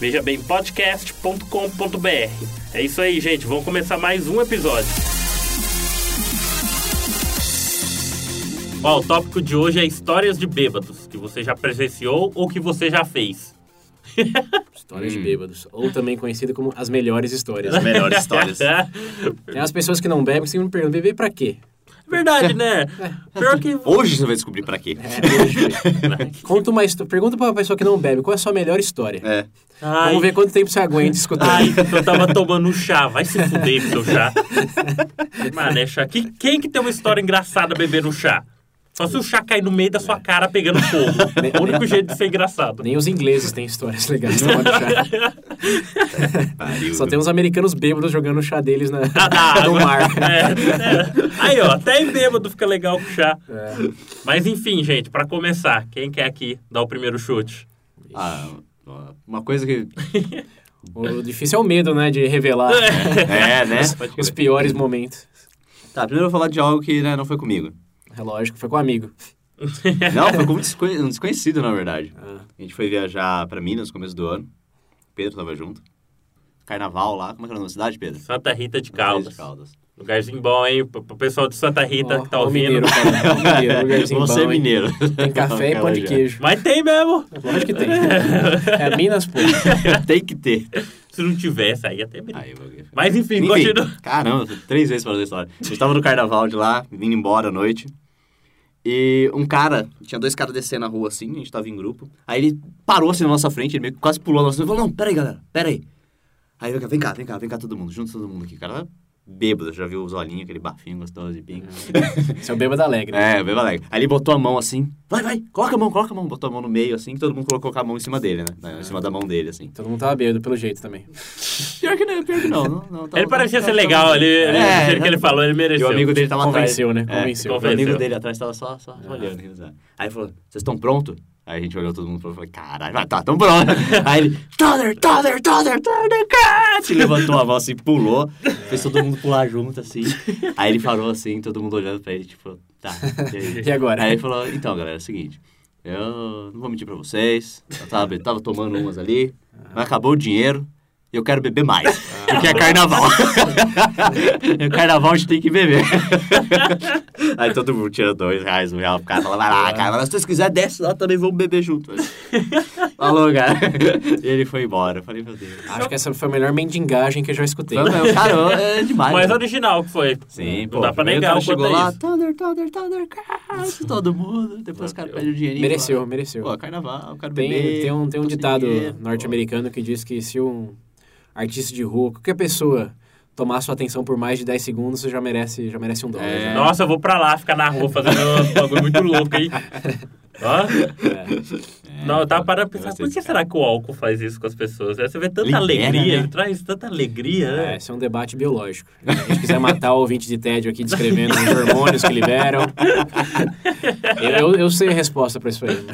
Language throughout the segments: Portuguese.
vejabempodcast.com.br. É isso aí, gente, vamos começar mais um episódio. Ó, o tópico de hoje é histórias de bêbados que você já presenciou ou que você já fez. Histórias de bêbados. Ou também conhecida como as melhores histórias. As melhores histórias. É Tem as pessoas que não bebem que sempre me perguntam, beber pra quê? Verdade, né? Pior que Hoje você vai descobrir pra quê. É, Conta uma história. Pergunta pra uma pessoa que não bebe, qual é a sua melhor história? É. Ai, Vamos ver é quanto tempo você aguenta escutando. Ai, eu tava tomando um chá. Vai se fuder pro seu chá. Mano, é chá. Que, quem que tem uma história engraçada bebendo chá? Só se o chá cair no meio da sua cara pegando fogo. o único jeito de ser engraçado. Nem os ingleses têm histórias legais tomando chá. Pariu. Só tem os americanos bêbados jogando o chá deles na, Ah, dá no água. mar. É, é. Aí, ó, até em bêbado fica legal com chá. É. Mas enfim, gente, pra começar, quem quer aqui dar o primeiro chute? Ah, uma coisa que. O difícil é o medo, né, de revelar É, né? os piores momentos. Tá, primeiro eu vou falar de algo que né, não foi comigo. É lógico, foi com um amigo. Não, foi com um desconhe- um desconhecido, na verdade. A gente foi viajar pra Minas no começo do ano. Pedro tava junto. Carnaval lá. Como é que era o nome da cidade, Pedro? Santa Rita de Caldas. De Caldas. Lugarzinho bom, hein? Pro pro pessoal de Santa Rita Ó, que tá ó o ouvindo. Mineiro, cara, ó o mineiro, um lugarzinho Você bom, é hein? mineiro. né? Tem café e pão de queijo. Mas tem mesmo. Lógico que tem. É Minas, pô. Tem que ter. Se não tivesse, aí até brinca. Aí, eu vou- Mas enfim, Enfim, continua. Caramba, três vezes falando essa história. A gente tava no carnaval de lá, vindo embora à noite. E um cara, tinha dois caras descendo a rua assim, a gente tava em grupo. Aí ele parou assim na nossa frente, ele meio que quase pulou na nossa frente e falou: Não, peraí, galera, peraí. Aí eu, vem cá, vem cá, vem cá todo mundo, junto todo mundo aqui. O cara bêbado, já viu os olhinhos, aquele bafinho gostoso de pinga. Você é o bêbado alegre. É, bem alegre. Aí ele botou a mão assim, vai, vai, coloca a mão, coloca a mão. Botou a mão no meio assim, que todo mundo colocou a mão em cima dele, né? Na- Em cima da mão dele, assim. Todo mundo tava bêbado, pelo jeito também. Pior que não, pior que não. não, tá Então, não, tava- ele parecia tava- ser tava- legal, ele, ele- É, né? do jeito que ele falou, ele E mereceu. o amigo dele tava Convenceu, atrás. É, né? Convenceu. O Convenceu. amigo dele atrás tava só, só, só olhando. risado. Aí ele falou, vocês estão prontos? Aí a gente olhou todo mundo e falou, caralho, ah, tá, tão pronto. Aí ele, Totter, Totter, Totter, Totter, cat! E levantou a mão assim, pulou, fez todo mundo pular junto assim. Aí ele parou assim, todo mundo olhando pra ele, tipo, tá. E agora? Aí ele falou, então galera, é o seguinte, eu não vou mentir pra vocês, eu tava, tava tomando umas ali, mas acabou o dinheiro. E eu quero beber mais, porque é carnaval. É no carnaval a gente tem que beber. Aí todo mundo tira dois reais, um real pro cara. Fala, vai lá, cara. Mas se vocês quiserem, desce lá também, vamos beber junto. Falou, cara. E ele foi embora. Eu falei, meu Deus. Acho que essa foi a melhor mendigagem que eu já escutei. Cara, eu- é demais. Mais né? original que foi. Sim, não pô. dá pra primeiro o negar cara o chegou quanto é lá, isso. Thunder, Thunder, Thunder, cara. Todo mundo. Depois o cara pede o dinheirinho. Mereceu, fala, mereceu. Pô, carnaval, eu quero Tem, beber. tem um, tem um tô sem ditado dinheiro, pô. norte-americano que diz que se um artista de rua, qualquer pessoa, tomar sua atenção por mais de 10 segundos, você já merece, já merece um dólar. É. né? Nossa, eu vou pra lá ficar na rua fazendo um bagulho muito louco aí. Ó. É, Não, tá eu tava pô, parando eu pra pensar, gostei por que desse será que o álcool faz isso com as pessoas? Aí Você vê tanta Libera, alegria, né? ele traz tanta alegria. É, né? esse é um debate biológico. Se a gente quiser matar o ouvinte de tédio aqui descrevendo os hormônios que liberam. Eu, eu- eu sei a resposta pra isso aí. né?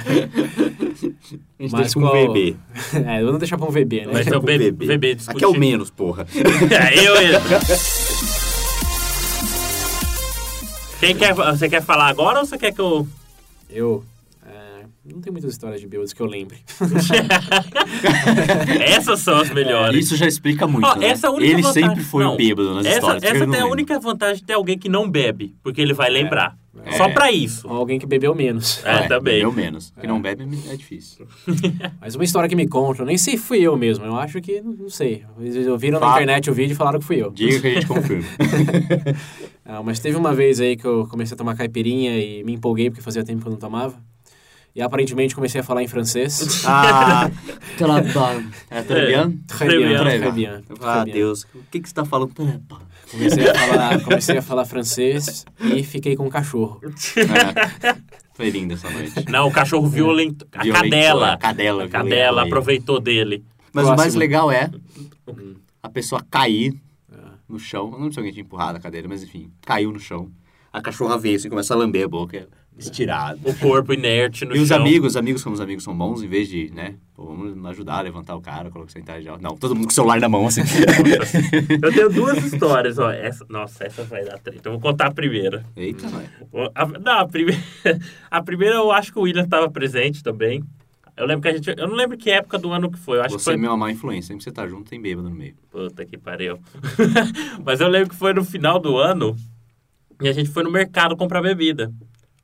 A gente Mas tem um qual- bebê. É, eu não deixar pra um VB, né? Vai ser o Um bebê, bebê discutindo. Aqui é o menos, porra. É, eu entro. Quem quer, você quer falar agora ou você quer que eu... Eu. é, não tem muitas histórias de bêbados que eu lembre. Essas são as melhores. Isso já explica muito. Ó, né? essa é a única Ele vantagem- sempre foi Não, o bêbado nas essa, histórias. Essa porque é a ele não única vantagem de ter alguém que não bebe, porque ele vai lembrar. É. Só É. pra isso. Ou alguém que bebeu menos. É, também. Eu menos. Que não bebe é difícil. Mas uma história que me contam, nem sei se fui eu mesmo, eu acho que, não não sei. Eles ouviram na Fala. internet o vídeo e falaram que fui eu. Diga que a gente confirma. Ah, mas teve uma vez aí que eu comecei a tomar caipirinha e me empolguei porque fazia tempo que eu não tomava. E aparentemente comecei a falar em francês. ah, Trabant. É Trebian? Très bien, très Trebian. bien, Eu falo, très Ah, bien. Deus, o que, que você tá falando? Trebian. Comecei a falar, comecei a falar francês e fiquei com um cachorro. É. Foi linda essa noite. Não, o cachorro violento. A Violentou, cadela. É. a cadela, A cadela violentou ele. aproveitou dele. Mas o mais Próximo. legal é a pessoa cair no chão. Eu não sei se alguém tinha empurrado a cadeira, mas enfim, caiu no chão. A cachorra veio assim, começa a lamber a boca, estirado. O corpo inerte no E os chão. amigos, amigos como os amigos são bons, em vez de, né, pô, vamos ajudar a levantar o cara, colocar sentar já. Não, todo mundo com o celular na mão, assim. Eu tenho duas histórias, ó. Essa, nossa, essa vai dar treta. Eu vou contar a primeira. Eita, é. mãe. O- A, não, a primeira, a primeira eu acho que o William estava presente também. Eu lembro que a gente. Eu não lembro que época do ano que foi. Eu acho que Você foi é minha má influência. Sempre que você tá junto, tem bêbado no meio. Puta que pariu. Mas eu lembro que foi no final do ano e a gente foi no mercado comprar bebida.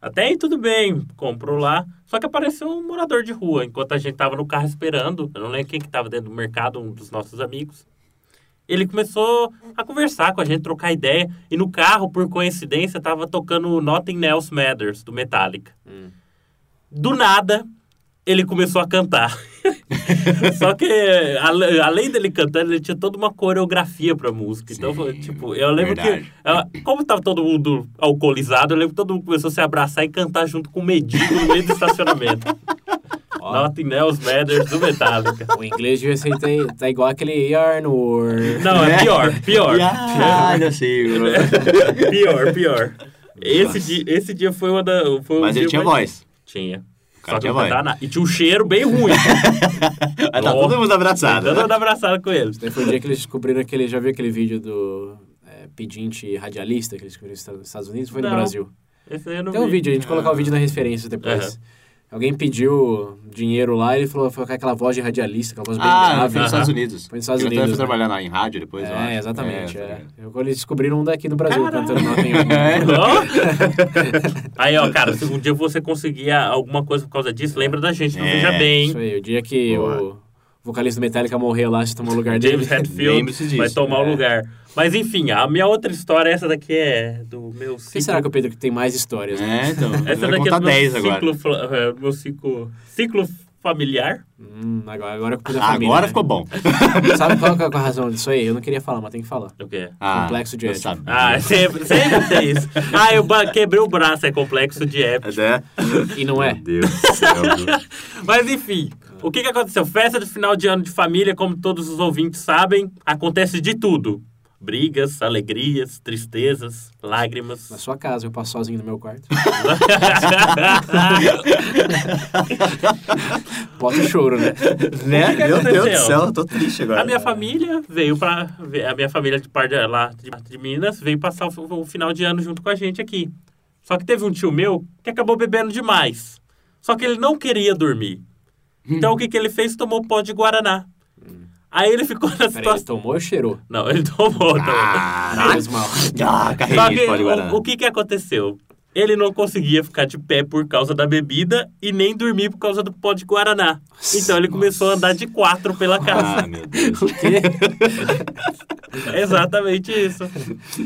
Até aí tudo bem, comprou lá. Só que apareceu um morador de rua enquanto a gente tava no carro esperando. Eu não lembro quem que tava dentro do mercado, um dos nossos amigos. Ele começou a conversar com a gente, trocar ideia. E no carro, por coincidência, tava tocando Nothing Else Matters, do Metallica. Do nada, ele começou a cantar. Só que, ale- além dele cantando, ele tinha toda uma coreografia pra música. Então, Sim, foi, tipo, eu lembro verdade. que... eu- Como tava todo mundo alcoolizado, eu lembro que todo mundo começou a se abraçar e cantar junto com o mendigo no meio do estacionamento. Ó, Nothing Else Matters, do Metallica. o inglês devia ser tá, tá igual aquele Yarn Word. Não, é Né? pior, pior. Ah, já sei. mano. pior, pior. Esse dia, esse dia foi uma da. Foi um Mas ele dia tinha mais- voz. Tinha. Só cara que tinha não cantava voz. nada. E tinha um cheiro bem ruim. Aí tá Ó. todo mundo abraçado. né? Tentando abraçado com eles. Daí foi o dia que eles descobriram aquele. Já viu aquele vídeo do é, pedinte radialista que eles descobriram nos Estados Unidos? Foi Não. no Brasil. Esse aí eu não Tem um vi. vídeo, a gente colocar o vídeo na referência depois. Alguém pediu dinheiro lá e ele falou, foi com aquela voz de radialista, aquela voz bem Ah, grave. foi nos Estados Aham. Unidos. Foi nos Estados Ele até Unidos, foi né? trabalhar na, em rádio depois, eu acho. É, exatamente. tá É, ligado. É. Eu- Eles descobriram um daqui do Brasil Caralho. cantando um Nothing Else. Ó. Aí, ó, cara, se um dia você conseguir a- alguma coisa por causa disso, lembra da gente, não É. veja bem. Isso aí, o dia que Boa. o vocalista do Metallica morreu lá, você tomou o lugar dele. James Hetfield Lembre-se disso, né? vai tomar o é. lugar. Mas enfim, a minha outra história, essa daqui é do meu Por que será que o Pedro tem mais histórias? né? É, então. ele Essa vai daqui é contar do meu 10 agora. ciclo, fla- é, do meu ciclo, ciclo familiar. Hum, agora, agora é culpa da família. Ah, Agora né? ficou bom. Sabe qual que é a razão disso aí? Eu não queria falar, mas tem que falar. O quê? Ah, Complexo de eu ético. sabia. Ah, sempre, sempre tem isso. Ah, eu ba- quebrei o braço, é complexo de época. Mas é. E não é. Meu Deus do céu. viu? Mas enfim, o que, que aconteceu? Festa de final de ano de família, como todos os ouvintes sabem, acontece de tudo. Brigas, alegrias, tristezas, Na lágrimas. sua casa, eu passo sozinho no meu quarto. Bota o choro, né? né? que Meu Deus do aconteceu? céu, eu tô triste agora. A minha família veio pra. A minha família de par de, lá de, de Minas veio passar o, o final de ano junto com a gente aqui. Só que teve um tio meu que acabou bebendo demais. Só que ele não queria dormir. Hum. Então o que, que ele fez? Tomou pó de Guaraná. Aí ele ficou na Peraí, ele situação. tomou ou cheirou? Não, ele tomou. tomou. Caraca. Menos mal. Ah, Só carreguei que de pó de Guaraná. o, o que que aconteceu? Ele não conseguia ficar de pé por causa da bebida e nem dormir por causa do pó de Guaraná. Então ele começou a andar de quatro pela casa. Ah, meu Deus. É Exatamente isso.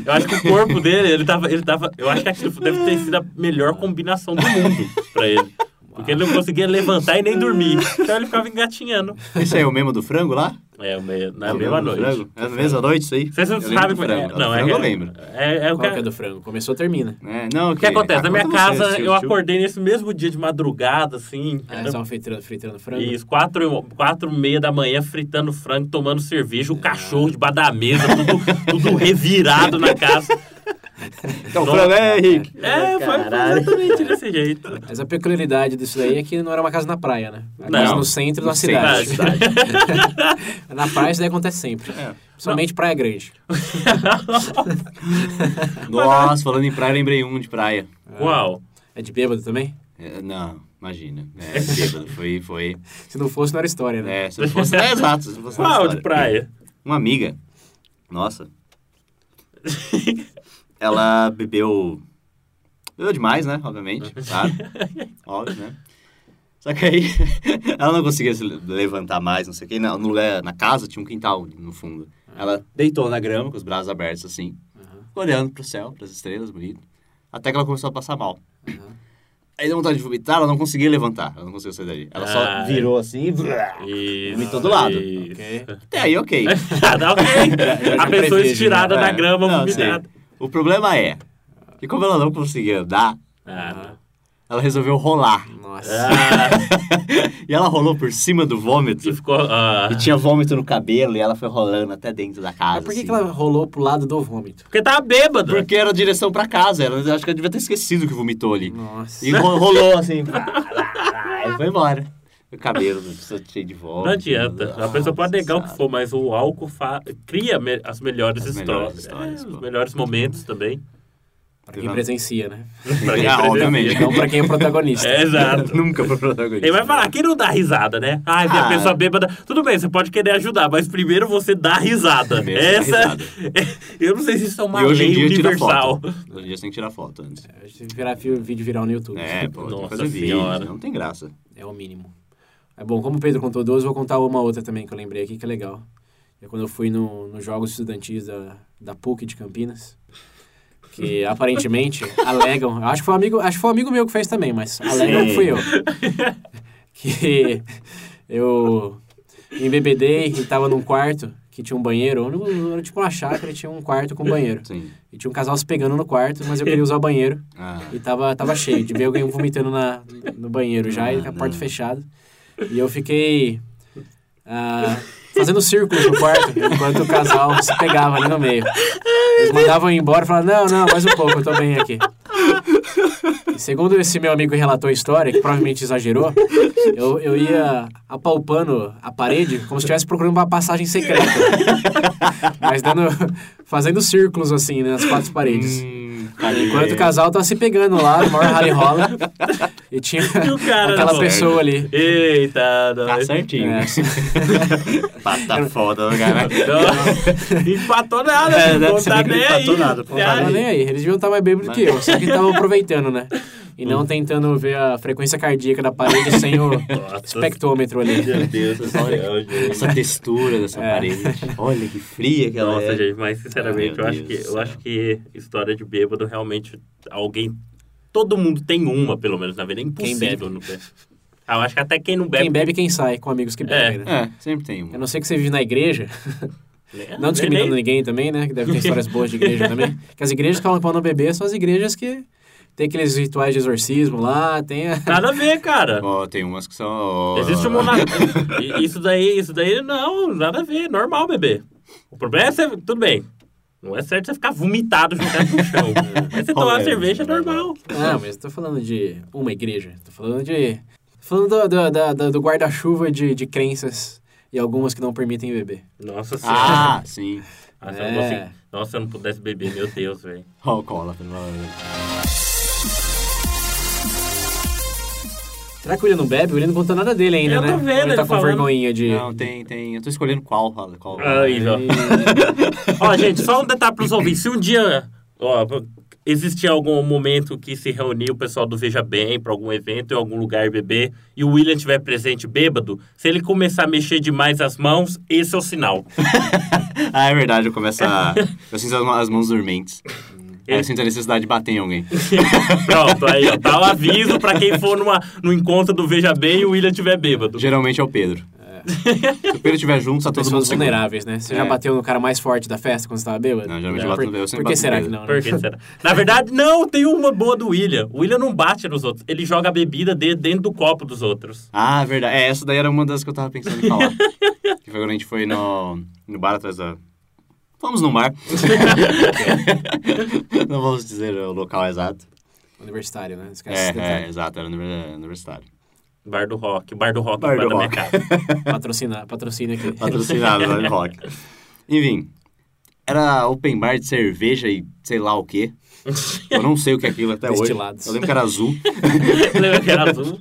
Eu acho que o corpo dele, ele tava. Ele tava eu acho que aquilo deve ter sido a melhor combinação do mundo pra ele. Porque ele não conseguia levantar e nem dormir. Então ele ficava engatinhando. Esse aí é o mesmo do frango lá? É, o me- na É o mesma mesmo do noite. frango? É na mesma noite isso aí? Vocês não Eu lembro sabem do como frango. é. Do Não, é, frango que- eu lembro. É, é o que, Qual que é do frango? Começou, termina. É, não, o que acontece? Na minha é casa, eu acordei. acordei nesse mesmo dia de madrugada, assim. É, Ah, estavam fritando, fritando frango. Isso, quatro, quatro e meia da manhã, fritando frango, tomando Ah. cerveja, o cachorro debaixo da mesa, tudo, tudo revirado na casa. Então, o frango é, Henrique. É, foi exatamente desse jeito. Mas a peculiaridade disso daí é que não era uma casa na praia, né? Era uma Não. é, casa no centro da No centro da cidade. na praia isso daí acontece sempre. É. Principalmente praia grande. Nossa, falando em praia, lembrei um de praia. Uau. É de bêbado também? É, não, imagina. É, bêbado. Foi, foi. Se não fosse, não era história, né? É, se não fosse. É, exato, se não fosse. uma Uau, de história. praia. Uma amiga. Nossa. Ela bebeu. Bebeu demais, né? Obviamente. Claro. Óbvio, né? Só que aí ela não conseguia se levantar mais, não sei o quê. Na, no lugar, na casa tinha um quintal no fundo. Ah. Ela deitou na grama com os braços abertos assim, olhando pro céu, pras estrelas, bonito. Até que ela começou a passar mal. Aí deu vontade de vomitar, ela não conseguia levantar, ela não conseguiu sair dali. Ela Ah, só virou assim e. Isso, Vomitou do lado. isso. Ok. Até aí, ok. Ah, dá ok. A pessoa prevejo, estirada É, na grama, não, vomitada. sim. O problema é que como ela não conseguia andar, Ah, ela resolveu rolar. Nossa. Ah, e ela rolou por cima do e vômito. ficou. ah. E tinha vômito no cabelo e ela foi rolando até dentro da Mas É casa. por que, assim. que ela rolou pro lado do vômito? Porque tava bêbado. Porque era direção pra casa. Ela, acho que ela devia ter esquecido que vomitou ali. Nossa. E ro- rolou assim. pá, lá, lá, e foi embora. O cabelo pessoa cheio de vômito. Não adianta. A pessoa pode negar o que for, mas o álcool fa- cria me- as melhores As melhores histórias. histórias, É, pô. os melhores momentos também. Pra quem presencia, né? Pra quem Ah, presencia. obviamente. Não pra quem é o protagonista. É, exato. Nunca foi protagonista. Ele vai falar, quem não dá risada, né? Ai, minha Ah. pessoa bêbada. Tudo bem, você pode querer ajudar, mas primeiro você dá risada. Primeiro dá Essa. é risada. Eu não sei se isso é uma E hoje em lei dia tira universal. foto. Hoje em dia você tem que tirar foto antes. A gente virar fi- vídeo viral no YouTube. É, pô, tem que Nossa fazer vídeo. senhora. Não tem graça. É o mínimo. É bom, como o Pedro contou duas, eu vou contar uma outra também que eu lembrei aqui, que é legal. É quando eu fui no- nos Jogos Estudantis da, da PUC de Campinas. Que aparentemente alegam. Acho que, foi um amigo, acho que foi um amigo meu que fez também, mas alegam que fui eu. Que eu me embebedei e tava num quarto que tinha um banheiro. Era tipo uma chácara e tinha um quarto com banheiro. Sim. E tinha um casal se pegando no quarto, mas eu queria usar o banheiro. Ah, E tava, tava cheio, de ver alguém vomitando na, no banheiro já, e com a Ah, porta não. fechada. E eu fiquei ah, fazendo círculos no quarto, enquanto o casal se pegava ali no meio. Eles mandavam eu ir embora e falavam, não, não, mais um pouco, eu tô bem aqui. E segundo esse meu amigo que relatou a história, que provavelmente exagerou, eu, eu ia apalpando a parede como se estivesse procurando uma passagem secreta. Mas dando, fazendo círculos, assim, nas quatro paredes. Hum, Enquanto o casal tava se pegando lá, no maior rally rola. e tinha E o cara aquela não- pessoa ali. Eita, não. Tá certinho. É. Pata tá foda, né, cara. Não. empatou nada, É, né, não você tá vê que não nem empatou aí. nada, pô. Você Tava acha? nem aí, eles deviam estar mais bêbados que eu, só que estavam aproveitando, né? E não tentando ver a frequência cardíaca da parede sem o Nossa. espectrômetro ali. Meu Deus do céu, gente. Essa textura dessa É. parede. Olha que fria que ela Nossa, é. gente, mas sinceramente, Meu eu, acho Deus que, do eu céu. acho que história de bêbado realmente alguém. Todo mundo tem uma, pelo menos, na vida. É impossível bebe. não ter. Ah, eu acho que até quem não bebe. Quem bebe, quem sai, com amigos que bebem, né? É, sempre tem A uma. não ser que você vive na igreja, né? não discriminando Nem- ninguém também, né? Que deve ter histórias boas de igreja também. Que as igrejas que falam pra não beber são as igrejas que tem aqueles rituais de exorcismo lá, tem a... Nada a ver, cara. Ó, tem umas que são. ó, Existe um monarquia. Isso daí, isso daí, não, nada a ver. Normal beber. O problema é você. Tudo bem. Não é certo você ficar vomitado juntado no chão. Mas você tomar Olha, cerveja é isso é normal. Não, mas eu tô falando de uma igreja. Tô falando de. Tô falando do, do, da- da- do guarda-chuva de, de crenças e algumas que não permitem beber. Nossa senhora. Ah, sim. Ah, se eu não É. consigo- Nossa, se eu não pudesse beber, meu Deus, velho. Ó, o cola, pelo amor de Deus. Será que o William não bebe? O William não contou nada dele ainda, Eu tô né? vendo ele tá ele com falando. vergonhinha de. Não, tem, tem. Eu tô escolhendo qual, Rola, qual. Aí, ó. Ó, gente, só um detalhe pros ouvintes. Se um dia ó, existir algum momento que se reunir o pessoal do Veja Bem pra algum evento em algum lugar beber e o William estiver presente bêbado, se ele começar a mexer demais as mãos, esse é o sinal. Ah, é verdade, eu começo a. Eu sinto as, as mãos dormentes. Aí eu sinto a necessidade de bater em alguém. Pronto, aí, ó. Tá o aviso pra quem for numa, no encontro do Veja Bem e o William estiver bêbado. Geralmente é o Pedro. Se o Pedro estiver junto, tá todo mundo Pessoas seguro. vulneráveis, né? Você já É. bateu no cara mais forte da festa quando você tava bêbado? Não, geralmente Por- eu bato no- eu sempre Por que bato no será que Pedro. não? né? Por que será? Na verdade, não, tem uma boa do William. O William não bate nos outros, ele joga a bebida de- dentro do copo dos outros. Ah, verdade. É, essa daí era uma das que eu tava pensando em falar. que foi quando a gente foi no, no bar atrás da. Fomos num bar. Não vamos dizer o local exato. Universitário, né? Esquece esse É, é, detalhe. exato, era univer- universitário. Bar do Rock, Bar do Rock, Bar bar, do da minha Rock. casa. é. Patrocina, patrocina aqui. Patrocinado, Bar do Rock. Enfim, era open bar de cerveja e sei lá o quê. Eu não sei o que é aquilo até hoje. Destilados. Eu lembro que era azul. Lembra que era é azul?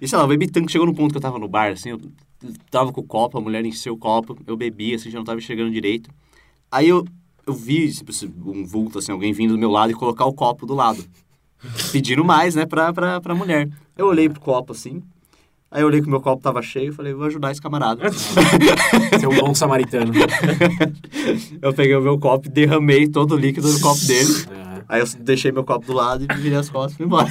E sei lá, eu bebi tanto que chegou no ponto que eu tava no bar, assim, eu tava com o copo, a mulher encheu o copo, eu bebi, assim, já não tava enxergando direito. Aí eu, eu vi tipo, esse- um vulto, assim, alguém vindo do meu lado e colocar o copo do lado. Pedindo mais, né, pra, pra, pra mulher. Eu olhei pro copo, assim, aí eu olhei que o meu copo tava cheio, eu falei, vou ajudar esse camarada. Seu bom samaritano. eu peguei o meu copo e derramei todo o líquido no copo dele. Ah, Aí eu deixei meu copo do lado e virei as costas e fui embora.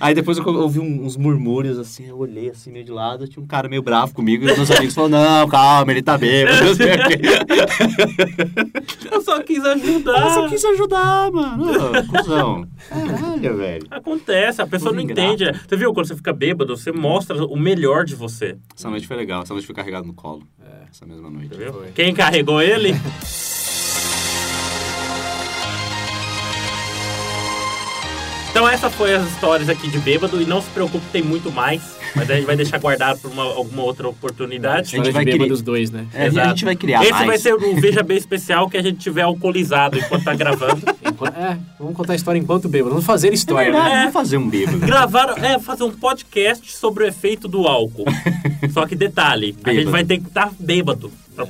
Aí depois eu co- ouvi um- uns murmúrios assim, eu olhei assim meio de lado, tinha um cara meio bravo comigo e os meus amigos falaram: Não, calma, ele tá bêbado. não sei o quê." Eu só quis ajudar. Eu só quis ajudar, mano. Ô, Cuzão. Caralho, velho. Acontece, a pessoa Os não ingratos. entende. é. Você viu, quando você fica bêbado, você mostra o melhor de você. Essa noite foi legal, essa noite foi carregado no colo. Essa mesma noite. Entendeu? Foi. Quem carregou ele? Então essas foram as histórias aqui de bêbado e não se preocupe, tem muito mais. Mas a gente vai deixar guardado para alguma outra oportunidade. gente História vai de bêbado querer- dos dois, né? É, e a Exato. gente vai criar Esse mais. vai ser o Veja Bem especial que a gente tiver alcoolizado enquanto tá gravando. Enqu- é, vamos contar a história enquanto bêbado. Vamos fazer É história. verdade, né? vamos fazer um bêbado. Gravar, é, fazer um podcast sobre o efeito do álcool. Só que detalhe, a gente Bêbado. vai ter que estar bêbado. pra-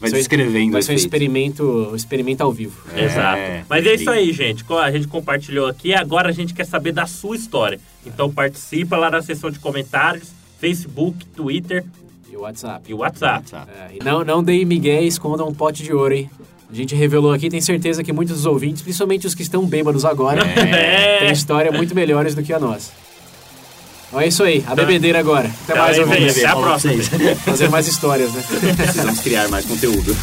Vai descrevendo Vai ser um efeito. experimento, um experimento ao vivo. É, Exato. Mas é isso sim. aí, gente. Co- A gente compartilhou aqui. Agora a gente quer saber da sua história. Então participa lá na seção de comentários, Facebook, Twitter E o WhatsApp. e WhatsApp. Tá. É, e não, não dei migué e esconda um pote de ouro, hein? A gente revelou aqui, tem certeza que muitos dos ouvintes, principalmente os que estão bêbados agora, É. têm história muito melhores do que a nossa. Então é isso aí, a bebedeira agora. Até Tá Então mais, é isso aí, ouvintes. até a Fala pra próxima. vocês. Fazer mais histórias, né? Precisamos criar mais conteúdo.